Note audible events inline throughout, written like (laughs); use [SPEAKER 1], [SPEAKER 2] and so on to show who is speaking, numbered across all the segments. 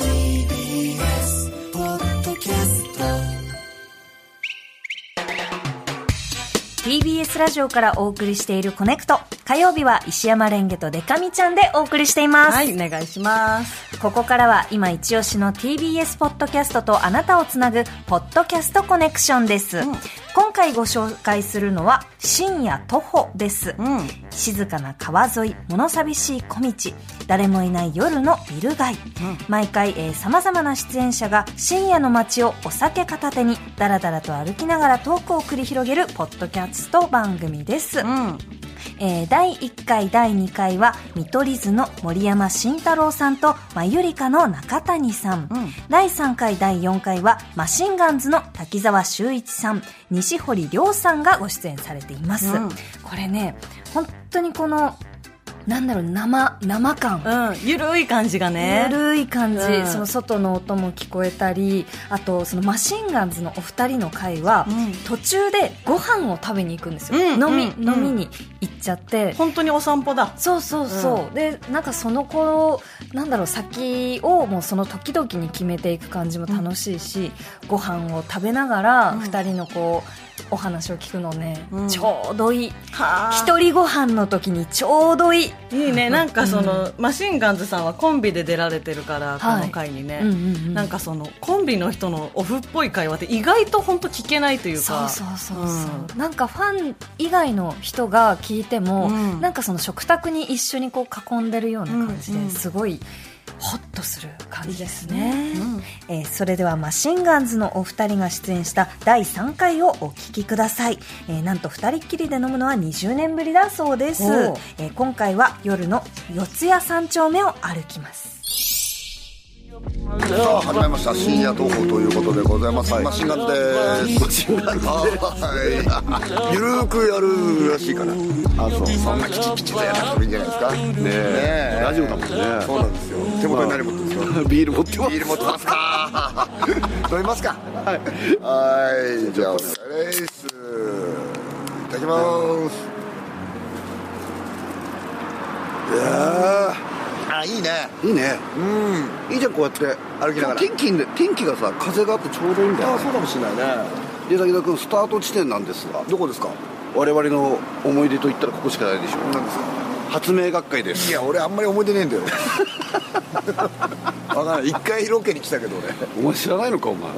[SPEAKER 1] TBS ポッドキャスト
[SPEAKER 2] TBS ラジオからお送りしているコネクト火曜日は石山レンゲとデカミちゃんでお送りしています、
[SPEAKER 3] はい、お願いします。
[SPEAKER 2] ここからは今一押しの TBS ポッドキャストとあなたをつなぐポッドキャストコネクションです、今回ご紹介するのは深夜徒歩です、
[SPEAKER 3] うん。
[SPEAKER 2] 静かな川沿い物寂しい小道誰もいない夜のビル街、毎回さまざまな出演者が深夜の街をお酒片手にダラダラと歩きながらトークを繰り広げるポッドキャスト番組です、
[SPEAKER 3] うん。
[SPEAKER 2] えー第1回第2回は見取り図の森山慎太郎さんとまゆりかの中谷さん、
[SPEAKER 3] うん
[SPEAKER 2] 第3回第4回はマシンガンズの滝沢秀一さん西堀亮さんがご出演されています、
[SPEAKER 3] うん
[SPEAKER 2] これね本当にこのなんだろう生生感
[SPEAKER 3] うん。ゆるい感じがね。
[SPEAKER 2] ぬるい感じ、
[SPEAKER 3] うん
[SPEAKER 2] その外の音も聞こえたりあとそのマシンガンズのお二人の会は、
[SPEAKER 3] うん
[SPEAKER 2] 途中でご飯を食べに行くんですよ、
[SPEAKER 3] うん
[SPEAKER 2] 飲み、
[SPEAKER 3] うん
[SPEAKER 2] 飲みに行っちゃって、
[SPEAKER 3] 本当にお散歩だ。
[SPEAKER 2] そうそうそう、でなんかその頃なんだろう先をもうその時々に決めていく感じも楽しいし、ご飯を食べながら
[SPEAKER 3] うん
[SPEAKER 2] 二人のこうお話を聞くのね、
[SPEAKER 3] うん
[SPEAKER 2] ちょうどいい
[SPEAKER 3] はあ
[SPEAKER 2] 一人ご飯の時にちょうどいい、
[SPEAKER 3] いいね。なんかその、マシンガンズさんはコンビで出られてるから、
[SPEAKER 2] はい
[SPEAKER 3] この回にね。
[SPEAKER 2] うんうんうん
[SPEAKER 3] なんかそのコンビの人のオフっぽい会話って意外と本当聞けないという
[SPEAKER 2] そ
[SPEAKER 3] か
[SPEAKER 2] うそうそうそう、なんかファン以外の人が聞いても、
[SPEAKER 3] うん
[SPEAKER 2] なんかその食卓に一緒にこう囲んでるような感じで、
[SPEAKER 3] うんうん
[SPEAKER 2] すごいホッとする感じですね
[SPEAKER 3] うん
[SPEAKER 2] えーそれではマシンガンズのお二人が出演した第3回をお聞きください、えーなんと二人っきりで飲むのは20年ぶりだそうです
[SPEAKER 3] おう、
[SPEAKER 2] えー今回は夜の四谷三丁目を歩きます
[SPEAKER 4] さあ始まりました深夜投稿ということでございます、マシンガンズですマシンガンズはいゆるーくやるらしいからあそうそんなピチピチでやらなくてもいいんじゃないですかねえ
[SPEAKER 5] ラジオだもんね
[SPEAKER 4] そうなんですよ手元に何持ってるんですか
[SPEAKER 5] ビール持ってま
[SPEAKER 4] ビー
[SPEAKER 5] す
[SPEAKER 4] ル持ってます (laughs) か飲みますかはいはいじゃあお疲れっすいただきますいやーあいいね
[SPEAKER 5] いいね
[SPEAKER 4] うん
[SPEAKER 5] いいじゃんこうやって
[SPEAKER 4] 歩きながら
[SPEAKER 5] 天気で天気がさ風があってちょうどいいんだよ
[SPEAKER 4] あそうかもしれないね
[SPEAKER 5] で滝沢君スタート地点なんですが
[SPEAKER 4] どこですか
[SPEAKER 5] 我々の思い出といったらここしかないでしょ
[SPEAKER 4] 何ですか
[SPEAKER 5] 発明学会で
[SPEAKER 4] い
[SPEAKER 5] す
[SPEAKER 4] や俺あんまり思い出ねえんだ
[SPEAKER 5] (laughs)
[SPEAKER 4] よわかんない一回ロケに来たけど俺
[SPEAKER 5] お前知らないのかお前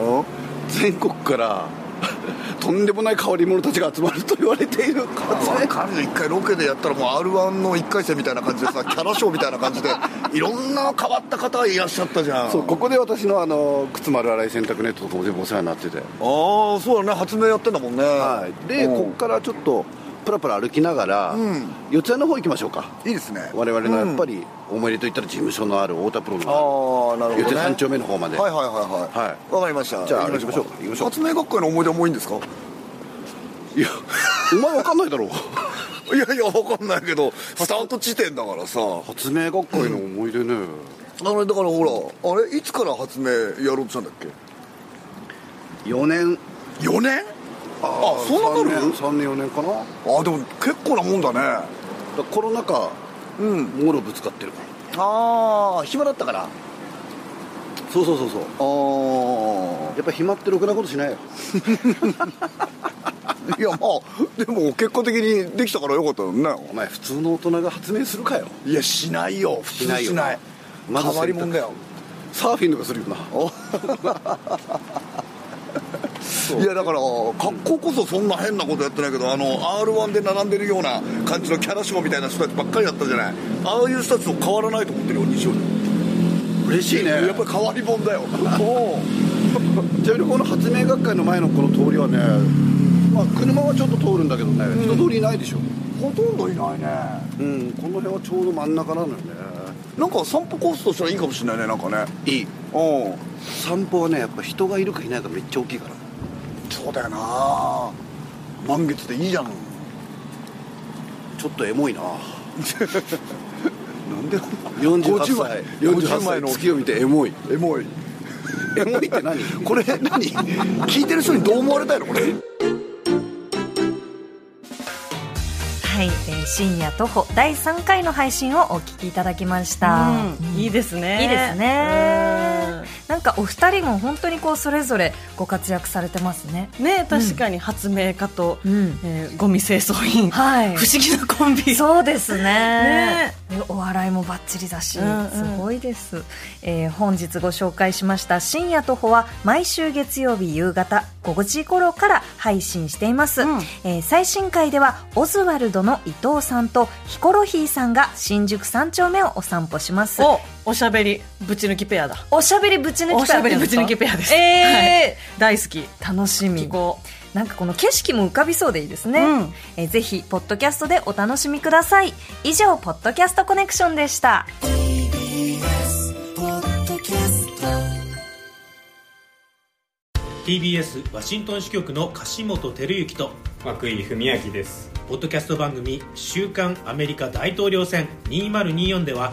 [SPEAKER 5] 全国から (laughs) とんでもない変わり者たちが集まると言われている発
[SPEAKER 4] わ
[SPEAKER 5] 明
[SPEAKER 4] かるよ一回ロケでやったらもう r 1の1回戦みたいな感じでさキャラショーみたいな感じでいろんな変わった方がいらっしゃったじゃん
[SPEAKER 5] そうここで私のあの靴丸洗い洗濯ネットとかも全部お世話になってて、
[SPEAKER 4] ああそうだね発明やってんだもんね
[SPEAKER 5] はい、で、
[SPEAKER 4] うん
[SPEAKER 5] ここからちょっとプラプラ歩きながら、
[SPEAKER 4] うん
[SPEAKER 5] 四谷の方行きましょうか
[SPEAKER 4] いいですね
[SPEAKER 5] 我々のやっぱ
[SPEAKER 4] り、
[SPEAKER 5] り思い出といったら事務所のある太田プロ
[SPEAKER 4] うん
[SPEAKER 5] の
[SPEAKER 4] ああなるほど、ね、
[SPEAKER 5] 四谷三丁目の方まで、
[SPEAKER 4] はいはいはいはい
[SPEAKER 5] はい
[SPEAKER 4] わかりました
[SPEAKER 5] じゃあ
[SPEAKER 4] 行きましょう
[SPEAKER 5] 行きましょう
[SPEAKER 4] 発明学会の思い出もいいんですか
[SPEAKER 5] い、やお前わかんないだろう
[SPEAKER 4] いやいやわかんないけどスタート地点だからさ
[SPEAKER 5] 発明学会の思い出ね、
[SPEAKER 4] あれだからほらあれいつから発明やろうとしたんだっけ
[SPEAKER 5] 4年
[SPEAKER 4] 4年あそんななる
[SPEAKER 5] 3年4年かなだか
[SPEAKER 4] あでも結構なもんだね
[SPEAKER 5] らコロナ禍
[SPEAKER 4] うん
[SPEAKER 5] もろぶつかってるか
[SPEAKER 4] ああ暇だったからあ
[SPEAKER 5] らそうそうそうそう
[SPEAKER 4] あ
[SPEAKER 5] やっぱ暇ってろくなことしないよ
[SPEAKER 4] いやまあでも結果的にできたからよかったよね
[SPEAKER 5] お前普通の大人が発明するかよ
[SPEAKER 4] いやしないよ普通しない
[SPEAKER 5] しないよまず
[SPEAKER 4] 変わりもんだよ
[SPEAKER 5] サーフィンとかするよな
[SPEAKER 4] いやだから格好こそそんな変なことやってないけどあの r 1で並んでるような感じのキャラショーみたいな人たちばっかりだったじゃないああいう人たちと変わらないと思ってるよ西尾
[SPEAKER 5] 嬉しいね
[SPEAKER 4] やっぱり変わりもんだよお
[SPEAKER 5] ちなみにこの発明学会の前のこの通りはね、まあ、車はちょっと通るんだけどね、人通りいないでしょ
[SPEAKER 4] ほとんどいないね
[SPEAKER 5] うんこの辺はちょうど真ん中なのよね
[SPEAKER 4] なんか散歩コースとしてはいいかもしれないねなんかね
[SPEAKER 5] いい
[SPEAKER 4] うん
[SPEAKER 5] 散歩はねやっぱ人がいるかいないかめっちゃ大きいから
[SPEAKER 4] そうだよな満月でいいじゃん
[SPEAKER 5] ちょっとエモいな
[SPEAKER 4] なんで
[SPEAKER 5] 48
[SPEAKER 4] 50
[SPEAKER 5] 歳
[SPEAKER 4] 枚
[SPEAKER 5] 48
[SPEAKER 4] 50枚
[SPEAKER 5] 歳
[SPEAKER 4] の
[SPEAKER 5] の月を見てエモい
[SPEAKER 4] エモい
[SPEAKER 5] エモいって何
[SPEAKER 4] これ何 (laughs) 聞いてる人にどう思われたいのこれ
[SPEAKER 2] はい、えー深夜徒歩第3回の配信をお聞きいただきました、
[SPEAKER 3] うんいいですね
[SPEAKER 2] いいですね
[SPEAKER 3] うん
[SPEAKER 2] なんかお二人も本当にこうそれぞれご活躍されてますね
[SPEAKER 3] ね確かに発明家と、
[SPEAKER 2] うん
[SPEAKER 3] えーゴミ清掃員、
[SPEAKER 2] はい
[SPEAKER 3] 不思議なコンビ
[SPEAKER 2] (laughs) そうですね
[SPEAKER 3] ね
[SPEAKER 2] でお笑いもバッチリだし、
[SPEAKER 3] うんうん
[SPEAKER 2] すごいです、えー本日ご紹介しました「深夜徒歩」は毎週月曜日夕方5時頃から配信しています、
[SPEAKER 3] うん
[SPEAKER 2] えー最新回ではオズワルドの伊藤さんとヒコロヒーさんが新宿三丁目をお散歩します
[SPEAKER 3] おおしゃべりぶち抜きペアだ
[SPEAKER 2] おしゃべりぶち抜きペア
[SPEAKER 3] おしゃべりぶち抜きペアです
[SPEAKER 2] え
[SPEAKER 3] 大好き
[SPEAKER 2] ー楽しみ
[SPEAKER 3] 聞こ
[SPEAKER 2] なんかこの景色も浮かびそうでいいですね、
[SPEAKER 3] うん
[SPEAKER 2] えーぜひポッドキャストでお楽しみください以上「ポッドキャストコネクション」でした
[SPEAKER 1] ポッドキャスト
[SPEAKER 6] TBS ワシントン支局の樫本照之と
[SPEAKER 7] 涌井文明です
[SPEAKER 6] ポッドキャスト番組「週刊アメリカ大統領選2024」では